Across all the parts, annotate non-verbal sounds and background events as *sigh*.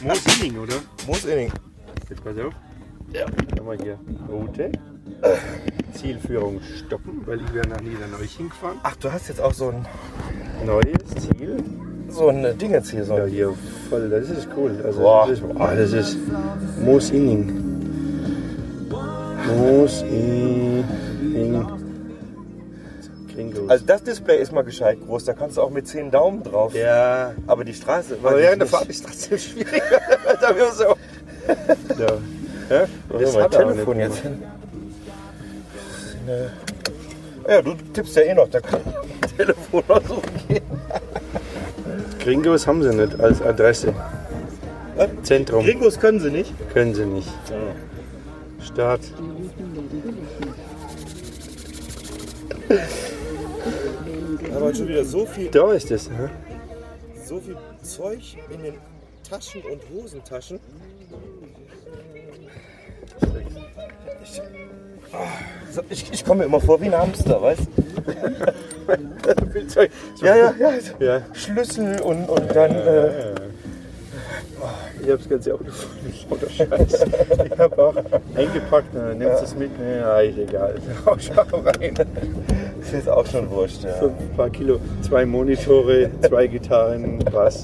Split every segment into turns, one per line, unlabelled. Moos Inning, oder?
Moos Inning.
Jetzt pass auf.
Ja.
Schau mal hier. Route. Zielführung stoppen, weil ich wäre nach Niederneuching gefahren.
Ach, du hast jetzt auch so ein,
Neues Ziel.
so ein äh, Ding jetzt hier. So.
Ja, hier voll, das ist cool. Also
Boah.
Das, ist, boah, das ist Moos Inning. Moos Inning. Kringos.
Also das Display ist mal gescheit groß, da kannst du auch mit 10 Daumen drauf.
ja,
Aber die Straße,
Aber
weiß
während
ich
der
nicht.
Fahrt
ist trotzdem schwierig. da wir so.
ja.
*laughs* Das
hat
mein
er auch
Telefon
nicht
jetzt. Ja, du tippst ja eh noch, da kann *laughs* ich Telefon aussuchen.
Kringos haben sie nicht als Adresse.
Was?
Zentrum
Gringos können sie nicht.
können sie nicht. Start.
Aber schon wieder so viel,
Da ist es. Ne?
so viel Zeug in den Taschen und Hosentaschen. Ich, so, ich, ich komme mir immer vor wie ein Hamster, weißt du?
Viel Zeug.
Ja, ja, ja. so
Ja,
Schlüssel und, und dann. Äh,
ich hab's ganze Auto voll mit lauter Scheiße. Ich hab auch eingepackt, ne, nimmst es mit, ne, ja, ist egal. *laughs*
Schau, schau rein. Das ist auch schon wurscht, ja.
So ein paar Kilo, zwei Monitore, zwei Gitarren, Bass,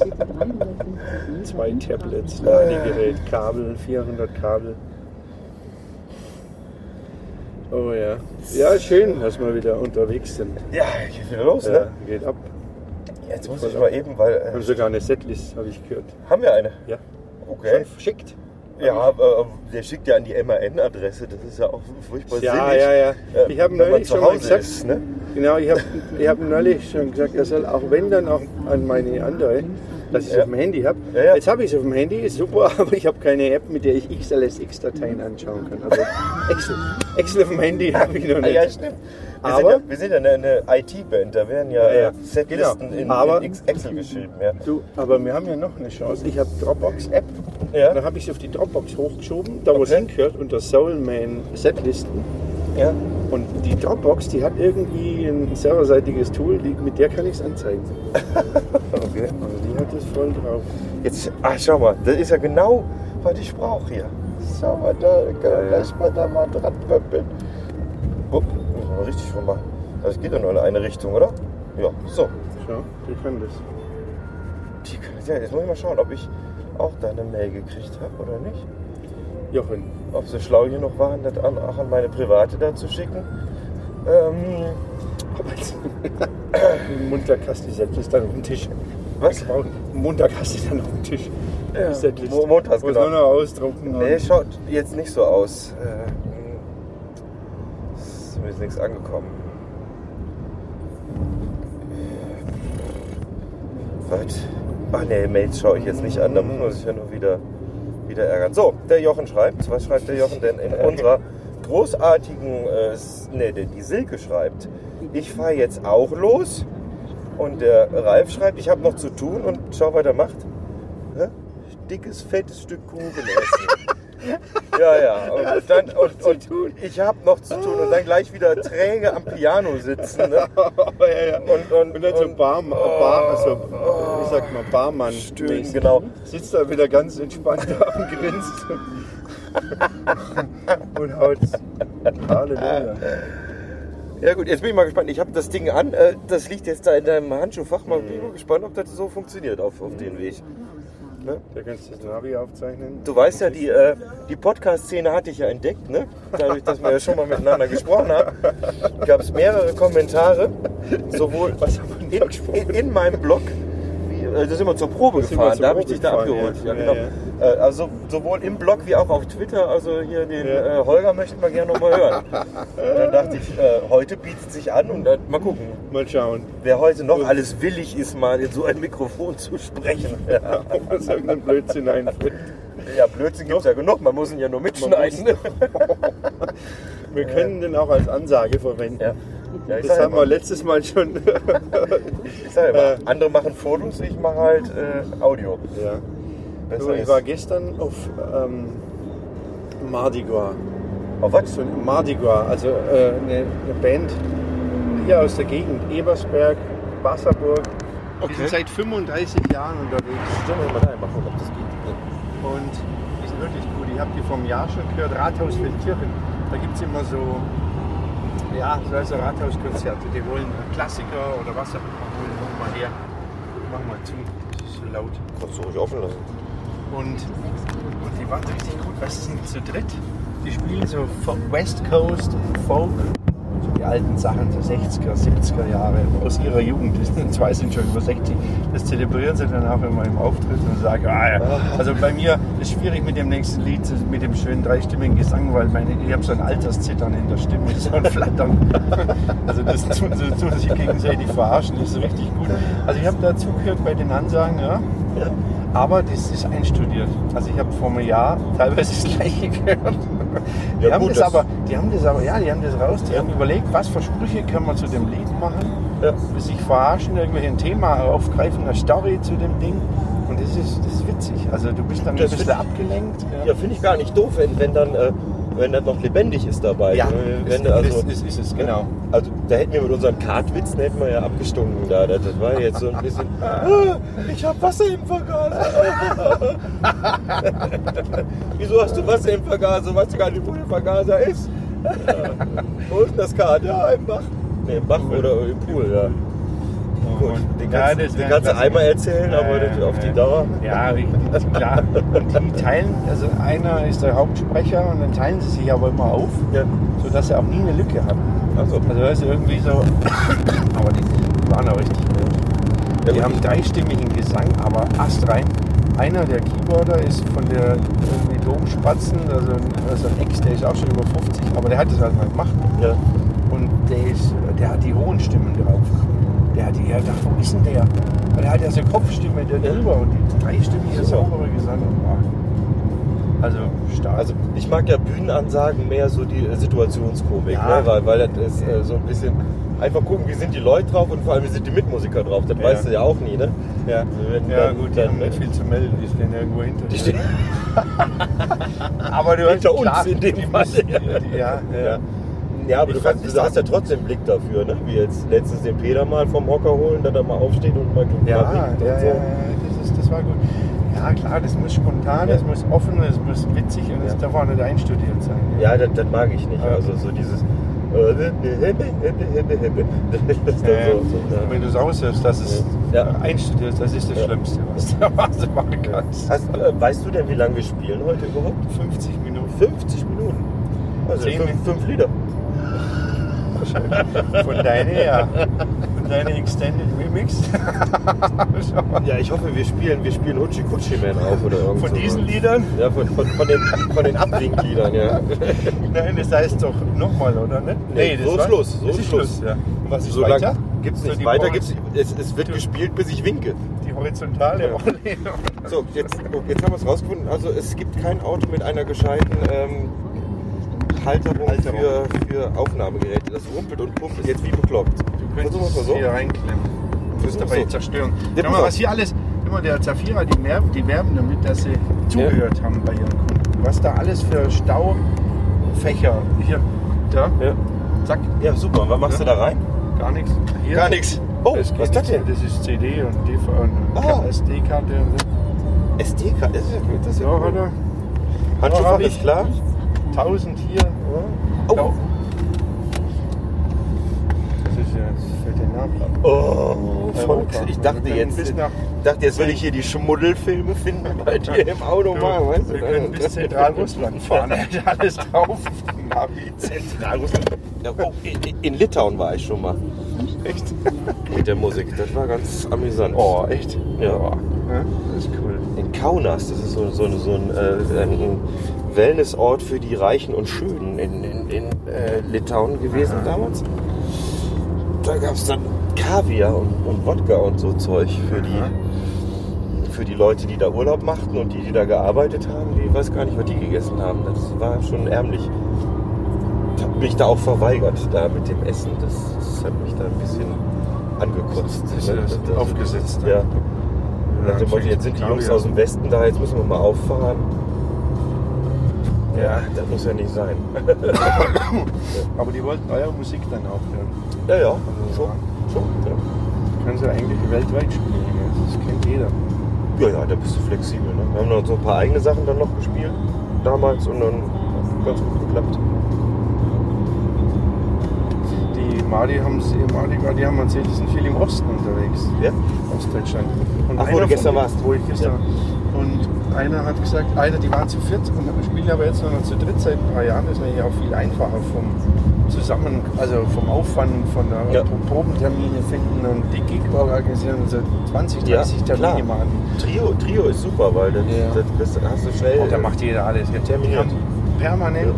zwei Tablets, Ladegerät, Kabel, 400 Kabel. Oh ja. Ja, schön, dass wir wieder unterwegs sind.
Ja, geht wieder los,
Ja,
ne?
geht ab.
Jetzt muss ich mal eben, weil.
Ich Hm. habe
Äh,
sogar eine Setlist, habe ich gehört.
haben wir eine?
Ja.
Okay.
Schon verschickt.
Ja, äh, der schickt ja an die MAN-Adresse, das ist ja auch furchtbar
Ja,
sinnig.
ja, ja.
Äh,
Ich habe
wenn man
neulich
zu
schon mal
Hause
gesagt,
ist, ne?
Genau, ich habe ich hab neulich schon gesagt, er soll auch wenn dann auch an meine andere, dass ich es
Ja.
auf dem Handy habe.
Ja, ja.
Jetzt habe ich es auf dem Handy, ist super, *laughs* aber ich habe keine App, mit der ich XLSX-Dateien anschauen kann. Also Excel, Excel auf dem Handy habe ich noch
Ah,
nicht.
ja, stimmt. Wir
Aber-
sind ja, wir sind ja eine, eine IT-Band, da werden ja,
Ja, ja.
äh, Setlisten
Genau.
in,
Aber-
in X- Excel geschrieben. Ja.
Du, aber wir haben ja noch eine Chance. Ich habe Dropbox-App.
Ja.
Dann habe ich es auf die Dropbox hochgeschoben, da wo es
Okay.
hingehört, unter Soulman Setlisten.
Ja.
Und die Dropbox, die hat irgendwie ein serverseitiges Tool, die, mit der kann ich es
*laughs*
anzeigen.
Okay.
Also die hat es voll drauf.
Jetzt, ach, schau mal, das ist ja genau, was ich brauche hier. Schau mal, da
Ja,
kann man
ja.
gleich mal da mal dran pöppeln. Oh, Upp, muss man richtig rum machen. Das geht ja nur in eine Richtung, oder? Ja, so.
Schau, die kann das.
Die kann, ja, jetzt muss ich mal schauen, ob ich auch deine Mail gekriegt habe oder nicht.
Jochen,
Ob sie schlau genug waren, das an, auch an meine private da zu schicken. Ähm,
Montag hast du die Setlist dann auf dem Tisch.
was?
Montag hast du dann auf dem Tisch.
Ja.
Die Setlist.
Mo- montags,
Muss
genau.
nur noch ausdrucken.
Nee,
und- äh,
schaut jetzt nicht so aus. Äh, ist mir jetzt nichts angekommen. Was? Ach nee, Mails schaue ich jetzt nicht an, da muss ich ja nur wieder, wieder ärgern. So, der Jochen schreibt. Was schreibt der Jochen denn in unserer großartigen. Äh, S- nee, die die Silke schreibt. Ich fahre jetzt auch los. Und der Ralf schreibt, ich habe noch zu tun und schau, was er macht. Hä? Dickes, fettes Stück Kuchen essen.
*laughs*
ja, ja. Und, dann, und, und ich habe noch zu tun und dann gleich wieder träge am Piano sitzen. Ne?
Oh, *laughs* ja, ja.
Und, und,
Und dann so ein Bar, Bar, also, ich sag mal, Barmann.
Stöhnen, genau.
Sitzt da wieder ganz entspannt da und grinst. und haut. Halleluja.
Ja gut, jetzt bin ich mal gespannt. Ich habe das Ding an. Äh, das liegt jetzt da in deinem Handschuhfach.
Mhm.
Mal bin ich mal gespannt, ob das so funktioniert auf, auf den Weg.
Da kannst du das Navi aufzeichnen.
Du weißt ja, die, äh, die Podcast-Szene hatte ich ja entdeckt, ne? Dadurch, dass wir ja schon mal miteinander gesprochen haben, gab es mehrere Kommentare, sowohl
Was haben wir denn
in,
da gesprochen?
in, in meinem Blog, wie, äh, da sind wir zur Probe
Da sind wir
gefahren,
zur
da habe ich
Probe
dich da
gefahren,
abgeholt.
ja.
Ja,
Ja,
genau. Äh, also sowohl im Blog wie auch auf Twitter, also hier den
Ja.
äh, Holger möchten wir gerne nochmal hören. Und dann dachte ich, äh, heute bietet sich an und dann mal gucken,
Mal schauen.
wer heute noch alles willig ist, mal in so ein Mikrofon zu sprechen. Ja,
Was irgendein Blödsinn einfällt.
ja Blödsinn gibt es ja genug, man muss ihn ja nur mitschneiden. ne?
muss- Wir können den auch als Ansage verwenden.
Ja. Ja, ich
Das
sag
haben
ja
wir
mal,
letztes Mal schon.
ich sag ja mal,
äh,
andere machen Fotos, ich mache halt äh, Audio.
ja.
Besser
So, ich
ist.
war gestern auf ähm, Mardi Gras.
Auf was?
So ein Mardi Gras, also äh, eine, eine Band hier aus der Gegend, Ebersberg, Wasserburg.
Okay.
Die sind seit 35 Jahren unterwegs.
Stimmt, mal da, mal gucken, ob das geht.
Und die sind wirklich gut. Ich habe die vom Jahr schon gehört. Rathaus Feldkirchen. Da gibt es immer so, ja, so also Rathauskonzerte. Die holen Klassiker oder was auch immer. Holen. Mach mal her. Mach mal zu. Das ist so laut.
Kannst du ruhig offen lassen.
Und, und die waren richtig gut. Was sind zu dritt? Die spielen so Fo- West Coast Folk. So die alten Sachen, so 60er, 70er Jahre aus ihrer Jugend. Die sind- Zwei sind schon über 60. Das zelebrieren sie dann auch immer im Auftritt und sagen, ah ja. Also bei mir ist schwierig mit dem nächsten Lied, mit dem schönen dreistimmigen Gesang, weil meine, ich habe so ein Alterszittern in der Stimme, so ein Flattern. *laughs* Also das tun sie, tun sie sich gegenseitig verarschen, das ist richtig gut. Also ich habe dazu gehört bei den Ansagen, ja. Aber das ist einstudiert. Also ich habe vor einem Jahr teilweise das gleiche gehört. Die,
Ja,
haben
gut,
das
das-
aber, die haben das aber, ja, die haben das raus, die haben überlegt, was für Sprüche kann man zu dem Lied machen,
Ja.
sich verarschen, irgendwie ein Thema aufgreifen, eine Story zu dem Ding. Und das ist, das ist witzig. Also du bist dann ein
Das ist
bisschen abgelenkt.
Ja, finde ich gar nicht doof, wenn, wenn dann äh, wenn das noch lebendig ist dabei.
Ja,
Äh,
ist-
wenn, also,
ist- ist- ist es, genau.
Also da hätten wir mit unseren Kartwitzen hätten wir ja abgestunken da. Das, das war jetzt so ein bisschen. "Ah, ich habe Wasser im Vergaser. *laughs* Wieso hast du Wasser im Vergaser? Weißt du gar nicht, wo der Vergaser ist? Ja. Wo ist das Kart? Ja, im Bach. Nee, im Bach oder im Pool, ja. Gut, den kannst,
das
den
wäre
kannst du
klasse.
einmal erzählen, aber das, auf die Dauer.
Ja, richtig, klar. Und die teilen, also einer ist der Hauptsprecher und dann teilen sie sich aber immer auf,
Ja.
sodass sie auch nie eine Lücke haben.
Also,
Also weißt du, irgendwie so. *coughs* Aber die waren auch richtig gut. die
Ja, gut.
haben dreistimmigen Gesang, aber astrein. Einer der Keyboarder ist von der irgendwie Domspatzen, also ein, also ein Ex, der ist auch schon über 50, aber der hat das halt mal gemacht.
ja.
Und der, ist, der hat die hohen Stimmen drauf. Der hat die, ja, dachte, wo ist denn der? Weil der hat ja so eine Kopfstimme da drüber und die dreistimmige
Super.
saubere Gesang. Ah. Also stark.
Also ich mag ja Bühnenansagen mehr so die äh, Situationskomik,
Ja.
ne? weil, weil das ist äh, so ein bisschen einfach gucken, wie sind die Leute drauf und vor allem wie sind die Mitmusiker drauf. Das
Ja.
weißt du ja auch nie, ne?
ja,
wenn
ja
dann-
gut, die
dann,
haben
ne?
nicht viel zu melden, die stehen irgendwo hinter. *laughs*
Die stehen
Aber du hast
hinter uns
klar,
in dem
die
Fall.
müssen- die- ja, ja.
Ja. Ja, aber
Ich
du,
fand
kannst,
das
du hast
auch-
ja trotzdem Blick dafür, ne? Wie jetzt letztens den Peter mal vom Hocker holen, dass er mal aufsteht und mal
Ja,
mal
ja,
winkt und
ja,
so.
ja, das, ist, das war gut. Ja, klar, das muss spontan,
Ja.
das muss offen, das muss witzig und das
Ja.
darf auch nicht einstudiert sein.
Ja, das, das mag ich nicht.
Ja.
Also so dieses äh, Heppe, Heppe, Heppe, Heppe. *laughs* Das ist dann
Ähm,
so, so, ja.
Wenn du es aushörst, dass es
Ja.
einstudierst, das ist das
Ja.
Schlimmste, was da was machen kannst.
Hast, äh, weißt du denn, wie lange wir spielen heute überhaupt?
50 Minuten
50 Minuten. Also
Zehn
fünf, fünf Lieder.
von deiner, ja. Von deiner Extended Remix. *laughs* Schau mal.
*laughs* Ja, ich hoffe, wir spielen, wir spielen Hutschi Kutschi Man auf oder irgendwas.
von diesen Liedern?
Ja, von, von, von den, von den Abwinkliedern, ja.
Nein, das heißt doch nochmal, oder? Ne?
Nee, so ist
war-
Schluss, so
das
ist
ist
Schluss.
Schluss. ja. Und was ist
So
weiter?
lange gibt's
So
nicht
die
weiter.
Hori-
Gibt's, es, es wird gespielt, bis ich winke.
Die horizontale Rolle.
So, jetzt, guck, jetzt haben wir es rausgefunden. Also es gibt kein Auto mit einer gescheiten ähm, Halterung,
Halterung.
Für, für Aufnahmegeräte. Das rumpelt und pumpt jetzt wie bekloppt.
Du
Versuchen wir es
könntest
mal so.
hier reinklemmen. Das ist aber
So.
die Zerstörung. Schau
Ja, pass
mal,
auf.
was hier alles, immer der Zafira, die werben, die werben damit, dass sie zugehört haben bei ihren Kunden. Was da alles für Staufächer. Hier, da,
Ja.
zack,
ja, super. Was machst du da rein?
gar nichts. Hier.
Gar nichts. Oh,
Das geht
was ist das
nicht.
denn?
Das ist CD und DV und
Ah.
SD-Karte und so.
SD-Karte, das ist ja gut. Das ist ja
Ja,
gut.
hat er.
Handschuhfach
hab ich.
ist klar.
1000 hier.
Oh.
Ja. Das ist ja, das fällt der Name ab.
Oh,
Europa.
Volks, ich dachte
Wir können
jetzt,
bis nach-
dachte jetzt will ich hier die Schmuddelfilme finden
*laughs*
bei dir im Auto machen, weißt du?
wir können bis *laughs* Zentralrussland fahren. Da ist alles drauf. Navi.
Zentralrussland. Ja, oh, in, in Litauen war ich schon mal
Echt?
mit der Musik. Das war ganz amüsant.
Oh, echt?
Ja.
Ja, das ist cool.
In Kaunas, das ist so, so, so ein, äh, ein Wellnessort für die Reichen und Schönen in, in, in äh, Litauen gewesen damals. Da gab es dann Kaviar und, und Wodka und so Zeug für die, für die Leute, die da Urlaub machten und die, die da gearbeitet haben. Die weiß gar nicht, was die gegessen haben. Das war schon ärmlich. Ich habe mich da auch verweigert, da mit dem Essen. Das, das hat mich da ein bisschen angekotzt. ne?
Das ist Also, aufgesetzt. ne?
Ja. Nach dem Motto, jetzt sind die Jungs aus dem Westen da, jetzt müssen wir mal auffahren.
Ja.
Das muss ja nicht sein.
Aber die wollten eure Musik dann auch hören.
Ja, ja,
Also,
schon. schon ja.
Können sie eigentlich weltweit spielen. ja. Das kennt jeder.
Ja, ja, da bist du flexibel. Ne? Wir haben noch so ein paar eigene Sachen dann noch gespielt damals und dann hat ganz gut geklappt.
Die Mali haben sie, Mali, die haben erzählt, die sind viel im Osten unterwegs,
Ja?
Ostdeutschland. Und
Ach, wo
einer
du gestern
von-
warst.
Wo ich gestern war. Und einer hat gesagt, einer, die waren zu viert und spielen aber jetzt nur noch zu dritt seit ein paar Jahren, das ist natürlich auch viel einfacher vom Zusammen, also vom Aufwand, von der
Ja.
Probentermine finden und die Gig organisieren und so 20,
Ja,
30
klar.
Termine machen.
Trio, Trio ist super, weil das,
Ja.
das kriegst, du- hast du schnell.
Und Oh, da macht jeder alles. Ja, Die haben permanent,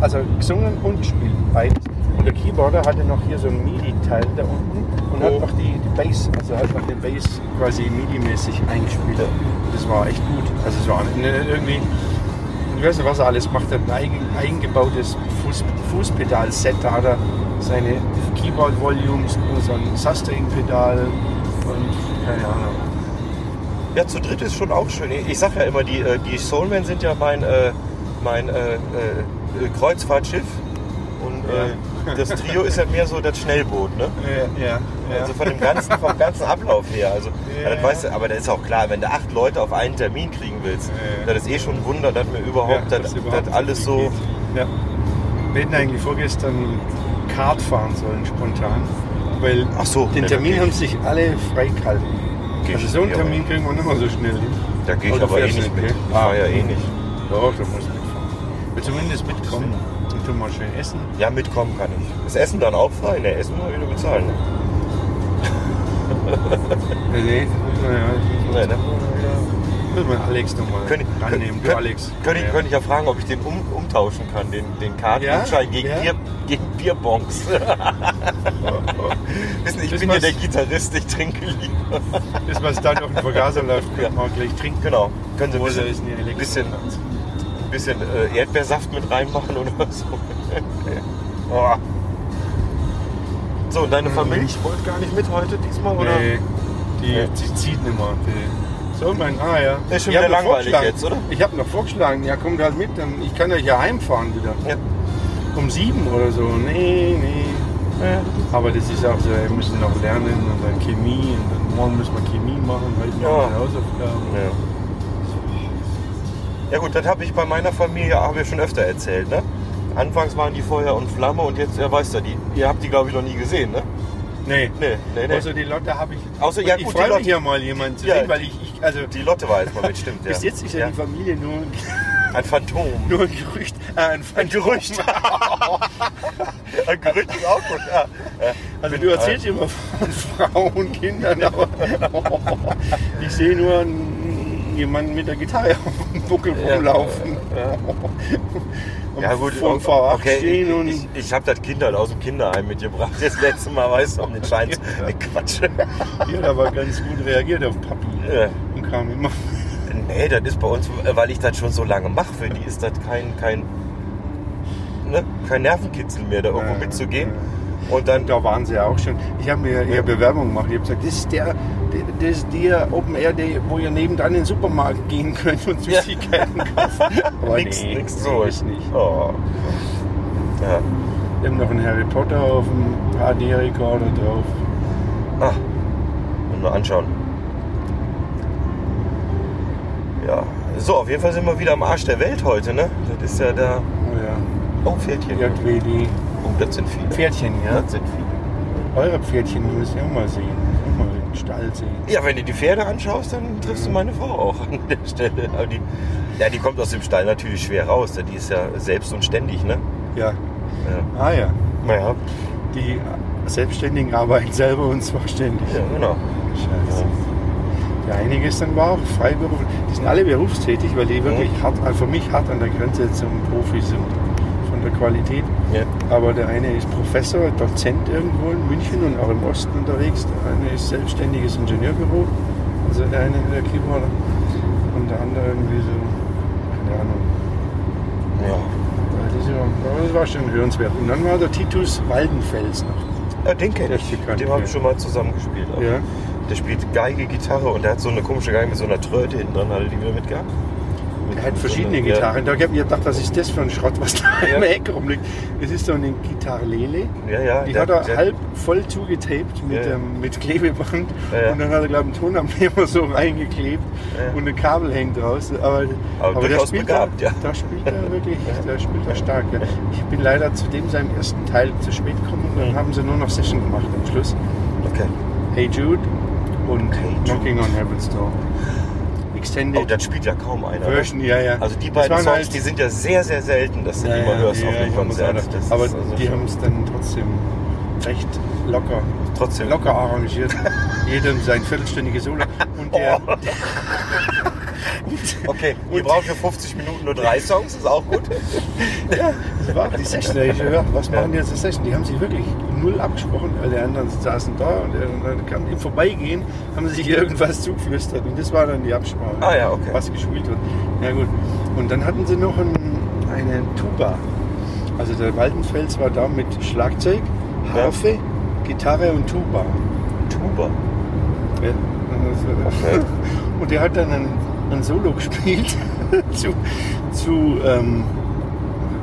also gesungen und gespielt, beides. Und der Keyboarder hatte noch hier so ein MIDI-Teil da unten und hat
Oh.
noch die, die Bass, also hat noch den Bass quasi MIDI-mäßig eingespielt. Das war echt gut. Also es war eine- irgendwie, ich weiß nicht, was er alles macht, hat ein eigen, eingebautes Fuß, Fußpedal-Set, da hat er seine Keyboard-Volumes, so ein Sustain-Pedal und keine Ahnung.
Ja, zu dritt ist schon auch schön. Ich sag ja immer, die, äh, die Soulmen sind ja mein, äh, mein äh, äh, äh, Kreuzfahrtschiff. Und äh, das Trio ist ja mehr so das Schnellboot, ne?
Ja,
Also von dem ganzen, vom ganzen Ablauf her. Also,
Ja.
ja. das weißt du, aber da ist auch klar, wenn du acht Leute auf einen Termin kriegen willst,
Ja.
dann ist eh schon ein Wunder, dass mir überhaupt,
Ja, dass
das,
überhaupt
das alles so.
geht. Ja. Wir hätten eigentlich vorgestern Kart fahren sollen, spontan. Weil
Ach so,
den
ne,
Termin
da
haben sich alle freigehalten.
Geh
Also
ich
so einen
nicht, aber-
Termin kriegen wir nicht mehr so schnell hin.
Da gehe ich
Oh, du Ah.
aber eh
fährst nicht,
nicht mit.
gell?
Ich fahr ja eh nicht.
Doch, du musst mitfahren. Wir zumindest mitkommen. Dann tun wir schön essen.
Ja, mitkommen kann ich. Ist Essen dann auch frei? Ne, Essen muss ich wieder bezahlen.
Nee, naja.
Nee, ne?
Müssen wir Alex nochmal
Könnte
rannehmen. Du,
könnte-
Alex.
Könnte,
Ja.
ich- könnte ich ja fragen, ob ich den um, umtauschen kann, den, den Kartenschein
Ja?
gegen,
Ja?
Bier, gegen *laughs* Bierbonks. Wissen Sie, ich
Das
bin ja
war's.
der Gitarrist, ich trinke lieber.
Bis was dann auf den Vergaser läuft, können wir auch gleich trinken.
Genau. Können Sie ein
Rosa
bisschen,
ist eine Elektro-
bisschen, bisschen äh, Erdbeersaft mit reinmachen oder so? *laughs* oh. So, und deine Familie Hm. Ich wollte gar nicht mit heute diesmal, oder?
Nee, die,
Nee.
die zieht nicht mehr. Die. So, mein, ah ja.
Ist schon
Ich hab
wieder
noch
langweilig
vorgeschlagen.
jetzt, oder?
Ich habe noch vorgeschlagen, ja kommt halt mit, dann, ich kann euch ja heimfahren wieder.
Ja.
Um sieben oder so. Nee, nee. Aber das ist auch so, wir müssen noch lernen und dann Chemie und dann morgen müssen wir Chemie machen, heute machen
Ja.
wir Hausaufgaben.
Ja. Ja gut, das habe ich bei meiner Familie habe ich schon öfter erzählt, ne? Anfangs waren die Feuer und Flamme und jetzt, ja, weißt du, die, ihr habt die, glaube ich, noch nie gesehen, ne?
Nee.
Nee, nee, nee.
Außer die Lotte habe ich.
Außer- ja,
ich
gut, die
freue
Lotte-
mich ja mal jemanden zu
Ja.
sehen, weil ich, ich also
Die Lotte war jetzt mal mit, *laughs* stimmt, ja.
bis jetzt ist ja, die Familie nur, *laughs*
Ein Phantom.
nur ein Gerücht. Äh, ein,
Ein Gerücht. *laughs* Ein Gerücht ist auch gut, ja.
Also du erzählst immer von *laughs* Frauen, Kindern, aber *laughs* ich sehe nur einen- jemanden mit der Gitarre auf dem Buckel
Ja.
rumlaufen. Und
Ja gut,
vor
oh,
dem V8
okay,
stehen und
ich, ich, ich habe das Kind halt aus dem Kinderheim mitgebracht. Das letzte Mal, weißt du, um den *laughs* Schein zu... Quatsch.
die hat aber ganz gut reagiert auf Papi
Ja.
und kam immer. *laughs*
Nee, das ist bei uns, weil ich das schon so lange mache, für die ist das kein, kein, ne, kein Nervenkitzel mehr, da irgendwo
Ja,
mitzugehen. Und dann,
Da waren sie ja auch schon. Ich habe mir ihre Bewerbung gemacht. Ich habe gesagt, das ist der, das ist der Open Air Day, wo ihr nebenan in den Supermarkt gehen könnt und
Ja.
Süßigkeiten
*laughs*
kauft. Aber
nix,
nee,
nix
nee,
zurück.
ist nicht.
Oh. Ja.
Wir haben noch einen Harry Potter auf dem HD-Rekorder drauf.
Ah, muss mal anschauen. Ja, so, auf jeden Fall sind wir wieder am Arsch der Welt heute, ne? Das ist ja da.
Oh ja.
Oh, Pferdchen.
Irgendwie die
Oh, das sind viele.
Pferdchen, ja?
Das sind viele.
Eure Pferdchen müsst ihr auch mal sehen. Auch mal den Stall sehen.
Ja, wenn du die Pferde anschaust, dann triffst du meine Frau auch an der Stelle. Aber die, ja, die kommt aus dem Stall natürlich schwer raus. denn Die ist ja selbst und ständig, ne?
Ja.
Ja.
Ah ja.
Naja,
Die Selbstständigen arbeiten selber und zwar ständig.
ja, genau.
Scheiße. Der eine gestern war auch freiberuflich. Die sind alle berufstätig, weil die wirklich hart, also für mich hart an der Grenze zum Profi sind. Von der Qualität.
Ja.
Aber der eine ist Professor, Dozent irgendwo in München und auch im Osten unterwegs. Der eine ist selbstständiges Ingenieurbüro, also der eine der Keyboarder. Und der andere irgendwie so, keine Ahnung.
ja.
Ja, Das, ist ja, aber das war schon hörenswert. Und dann war der Titus Waldenfels noch.
ja den kenne
Der
ich.
ist bekannt,
Mit dem habe
ja.
ich schon mal zusammengespielt. auch.
Ja.
Der spielt Geige, Gitarre und der hat so eine komische Geige mit so einer Tröte hinten dran, hat er die wieder mitgehabt. mit
Er hat
so
verschiedene
einem-
Gitarren. Da hab ich gedacht, was ist das für ein Schrott, was da
Ja.
im Eck rumliegt? Es ist so eine Gitarrelele.
Ja, ja.
Die
der-
hat er
der-
halb voll zugetaped mit,
Ja, ja.
ähm, mit Klebeband.
Ja, ja.
Und dann hat er, glaube ich, einen Tonabnehmer so reingeklebt
Ja.
und ein Kabel hängt raus. Aber,
durchaus begabt,
er,
ja.
Da spielt er wirklich, da spielt er stark. Ja. Ich bin leider zu dem seinem ersten Teil zu spät gekommen und dann haben sie nur noch Session gemacht am Schluss.
Okay.
Hey Jude und
Hey Jude.
Knocking on Heaven's Door.
Oh,
Extended
das Oh, spielt ja kaum einer. ne?
Version, ja, ja.
Also die
Das
beiden
waren halt
Songs, die sind ja sehr, sehr selten, dass du
Ja,
die mal
ja,
hörst
ja,
auf dem
ich muss
Konzert.
auch noch-
Das ist
Aber
also
die
schon-
haben es dann trotzdem recht locker,
trotzdem.
locker
*laughs*
arrangiert. Jedem sein viertelstündiges Solo. Und der,
Oh. Okay, wir brauchen für 50 Minuten nur drei Songs, ist auch gut.
das war die Session. Ich hab gedacht, was machen die jetzt die Session? Die haben sich wirklich null abgesprochen. Alle anderen saßen da und dann kam im Vorbeigehen, haben sie sich irgendwas zugeflüstert. Und das war dann die Absprache,
Ah ja, okay.
was gespielt wird. Ja gut. Und dann hatten sie noch ein, eine Tuba. Also der Waldenfels war da mit Schlagzeug,
Ja.
Harfe, Gitarre und Tuba.
Tuba.
Ja. *laughs* Und der hat dann ein, ein Solo gespielt *laughs* zu, zu ähm,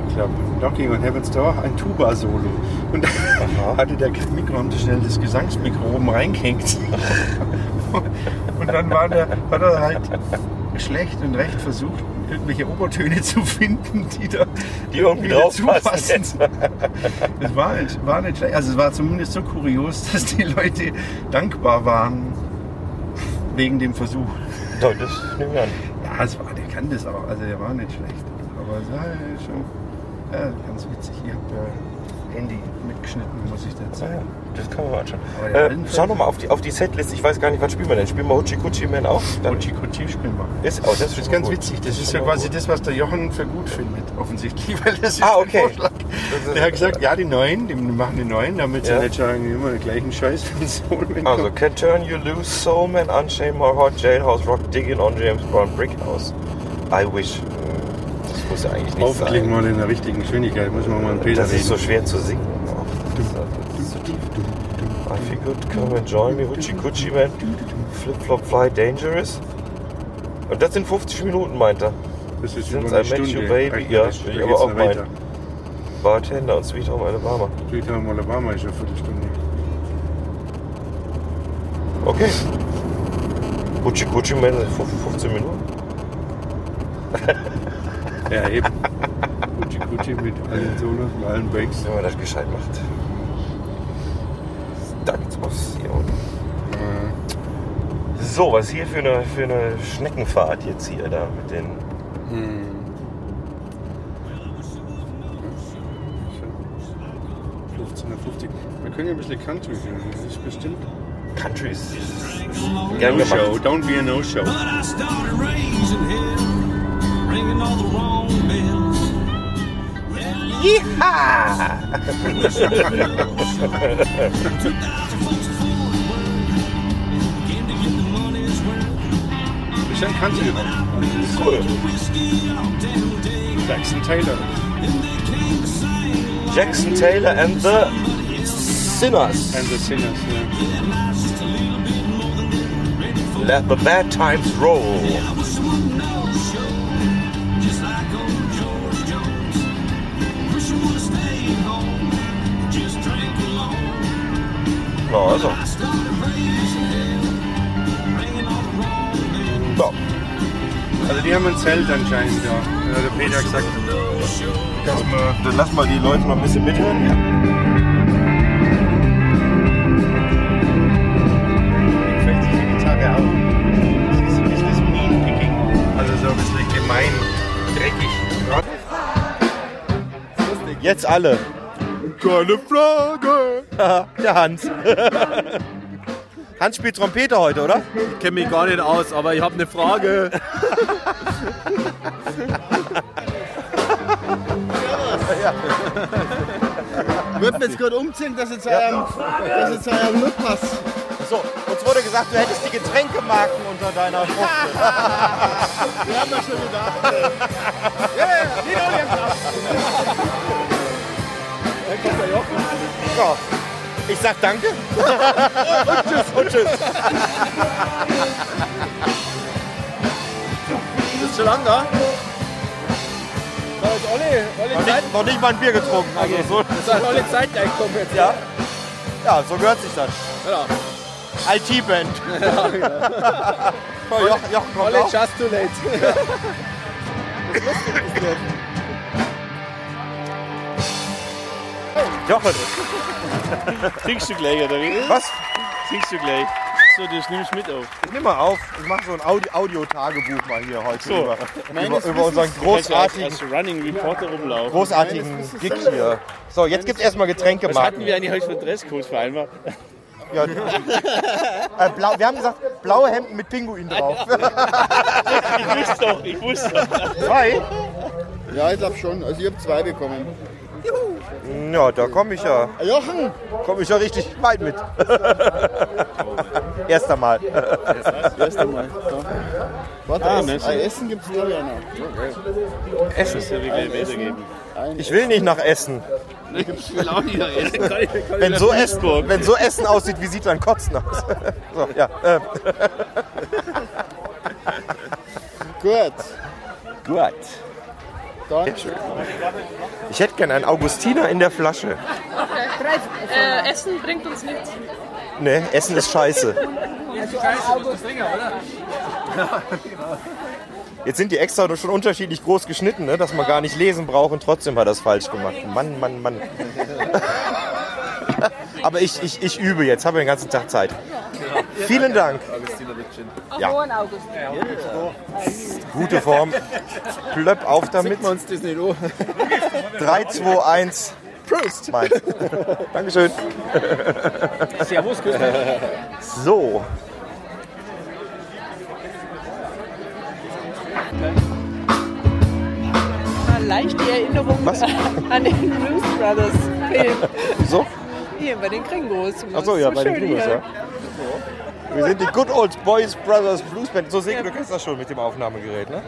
ich glaube, Knocking on Heaven's Door, ein Tuba-Solo. Und da hatte der Mikro haben sie schnell das Gesangsmikro oben reingehängt. *laughs* Und dann war der, hat er halt schlecht und recht versucht, irgendwelche Obertöne zu finden, die da
Die irgendwie
dazu
draufpassen.
passen. Es war nicht, war nicht schlecht. Also es war zumindest so kurios, dass die Leute dankbar waren wegen dem Versuch.
Toll, das nehmen wir an.
Ja, es war, der kann das auch. Also der war nicht schlecht. Aber es war ja schon ja, ganz witzig. Ihr habt ja Handy mitgeschnitten, muss ich dazu
Naja,
sagen.
Ah das kann man mal anschauen.
Aber der
Äh,
Waldenfels-
schau nochmal auf die, auf die Setlist. Ich weiß gar nicht, was spielen wir denn? Spielen wir Hochi Kuchi Man auch? Dann
Kutschi Kutschi spielen wir.
ist, oh, das ist,
Das
schon
ist
mal
ganz
gut.
witzig. Das
ist
ist
schon
ja
mal
quasi
gut.
das, was der Jochen für gut findet, offensichtlich, *laughs* weil das ist
Ah,
der
okay.
Vorschlag.
Das ist-
Der hat gesagt, ja, die neuen, die machen die neuen, damit sie
Ja.
nicht sagen, immer den gleichen Scheiß *laughs* von Soul Man
Also, Can Turn You Loose, Soul Man, Unchained My Heart, Jailhouse Rock, Digging on James Brown, Brick House. I wish. Hm, Das muss ja eigentlich nicht
Aufklingen
sein.
mal in der richtigen Geschwindigkeit, muss man mal einen Peter
Das ist so
reden.
schwer zu singen. auch. Das ist- das ist so tief. I feel good, come and join me, Hoochie Coochie Man, Flip Flop Fly Dangerous. Und das sind 50 Minuten, meint er.
Das ist
Since
über
I
eine
Met You,
Stunde.
Baby,
Recht,
ja,
recht,
will
da
ich
geht's
aber auch
noch
meinen.
weiter.
Bartender und Sweet Home Alabama.
Peter in Alabama ist eine Viertelstunde.
Okay. Hoochie Coochie Man sind 15 Minuten.
Ja, *laughs* eben. Gucci Gucci mit allen Solos und allen Breaks.
Wenn man das gescheit macht. Da geht's raus hier unten. So, was hier für eine, für eine Schneckenfahrt jetzt hier da mit den.
Schon 15.50 Wir können ja ein bisschen Country hören. Das ist bestimmt.
Countries. Gern
Show,
gemacht.
don't be a no-show.
But I started raising hell, ringing all the wrong bells. Well,
Yeehaw!
two thousand folks before it worked, began to get the money's worth.
Das ist ein Country-Rock.
Cool.
Whiskey all damn day,
Jackson Taylor.
then they came to sing like
Jackson Taylor and the Sinners.
And the Singers. Ja.
that life's just a little bit more than they were ready for.
Let the bad times roll.
I was one no show, just like old George Jones. Wish I would've stayed home, just drank alone.
No, also. So.
Also die haben ein Zelt anscheinend da. Da hat der Peter gesagt, dass man
Dann lass mal die Leute noch ein bisschen mithören.
gefällt diese Gitarre auch. Sie ist ein bisschen das Mean-Picking. Also so ein bisschen gemein, dreckig.
Jetzt alle. Keine Frage. *laughs* Der Hans. Hans spielt Trompete heute, oder?
kenne mich gar nicht aus, aber ich habe eine
*laughs*
Frage.
Würden wir jetzt gerade umziehen, dass jetzt eurem, dass jetzt eurem Look passt.
So, uns wurde gesagt, du hättest die Getränkemarken unter deiner Frucht.
Wir haben das schon gedacht.
Ich sag danke. Und tschüss. Und tschüss.
Ist schon lang da?
Da ist Olli, Olli,
Noch
Zeit,
nicht, noch nicht mal ein Bier getrunken. Also so,
da ist Olli zeitgleich kommen jetzt.
ja. ja, so gehört sich das.
Genau.
IT-Band.
*laughs*
Komm, Jochen, Jochen kommt
Olli,
auch.
genau. just too late. *laughs*
Jochen,
Trinkst du gleich, oder wie?
was?
Trinkst du gleich. So, das nimmst du mit auf.
Ich nimm mal auf. Ich mache so ein Audi Audio-Tagebuch mal hier heute
So.
über, über, über unseren großartigen,
Als, als Running Reporter rumlaufen.
großartigen Gig hier. So, jetzt gibt's erstmal Getränke,
Was hatten wir eigentlich heute für einen Dresscode vereinbart?
Ja. äh, blau, wir haben gesagt, blaue Hemden mit Pinguin drauf.
Ich wusste doch, ich wusste doch.
Zwei?
Ja, ich glaube schon. Also ich habe zwei bekommen. Ah,
Ja, da komme ich ja,
Jochen!
komm ich ja richtig weit mit. *laughs* Erst einmal.
Warte,
Ah,
Essen,
Messer.
ah, Essen gibt es glaube ich auch noch.
Das ist ja wie gleich weitergeben.
Ich will nicht nach Essen.
Ich will auch nicht nach Essen. Kann ich- kann ich
*laughs* Wenn
nach
so Essen,
Duisburg.
wenn so Essen aussieht, wie sieht dann Kotzen aus? So, ja. Äh,
Gut.
gut.
Dann
Ich hätte gern einen Augustiner in der Flasche.
Äh, Essen bringt uns nichts.
Ne, Essen ist scheiße. Jetzt sind die extra nur schon unterschiedlich groß geschnitten, ne, dass man gar nicht lesen braucht und trotzdem hat das falsch gemacht. Mann, Mann, Mann. *laughs* Aber ich, ich, ich übe jetzt, habe den ganzen Tag Zeit. Vielen Dank.
Auf
Ja.
hohen August.
Gute Form. Plöpp auf damit.
Gucken wir uns das nicht an.
3, 2, 1. Prost!
*laughs*
Meins. Dankeschön.
Servus, grüß dich.
So.
Leicht die Erinnerung
Was?
*laughs* an den Blues Brothers Film.
So?
Hier bei den Kringos.
Achso, ja, bei den Primus, ja. Wir sind die Good Old Boys Brothers Blues Band. So singen du kennst das schon mit dem Aufnahmegerät, ne?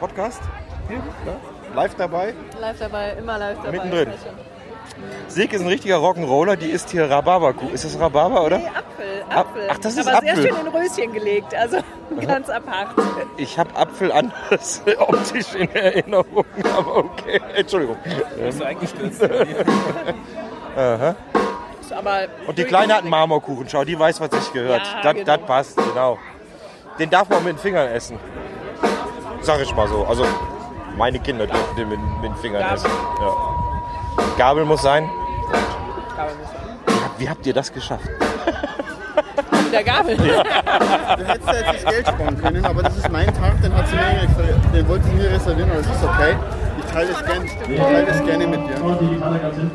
Podcast? Hier, ne? Live dabei?
Live dabei, immer live dabei. Also,
Mittendrin. Silke ist ein richtiger Rock'n'Roller, die isst hier Rhabarberkuh. Ist das Rhabarber, oder?
Nee, Apfel, Apfel.
Ach, das ist
Aber
Apfel.
sehr schön in Röschen gelegt, also ganz abhakt.
Ich habe Apfel anders *laughs* optisch in Erinnerung, aber okay. Entschuldigung.
Bist du eingestürzt? Wie
Aber
Und die Kleine hat einen Marmorkuchen, schau, die weiß, was ich gehört.
Ja,
das,
genau.
das passt, genau. Den darf man mit den Fingern essen. Sag ich mal so. Also, meine Kinder dürfen den mit, mit den Fingern essen. Ja. Gabel muss sein. Wie habt ihr das geschafft?
mit der Gabel.
Du hättest ja jetzt das Geld sparen können, aber das ist mein Tag, den, hat sie mir reserviert, den wollte sie mir reservieren, aber es ist okay. Ich teile das gerne, ich teile das gerne mit dir.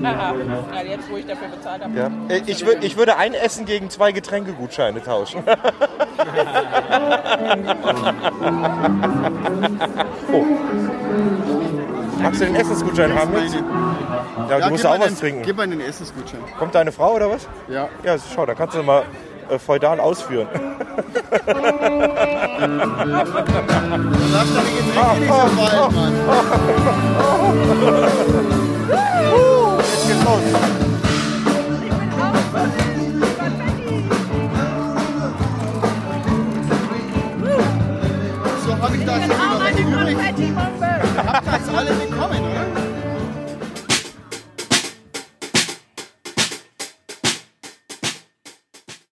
Aha. *laughs* Ja, jetzt, wo ich dafür bezahlt habe.
Ja. Äh, Ich, würd, ich würde ein Essen gegen zwei Getränkegutscheine tauschen. *laughs* oh. Magst du den Essensgutschein haben?
Meine-
Nils? Ja, du musst
gib
auch
mir
was
den,
trinken.
Gib mir den Essensgutschein.
Kommt deine Frau oder was?
Ja.
Ja, schau, da kannst du mal äh, feudal ausführen.
Du darfst deine Getränke nicht so fallen, Mann.
Jetzt geht's los.
Genau,
So habe ich das immer was übrig. Habt ihr das alle bekommen, oder?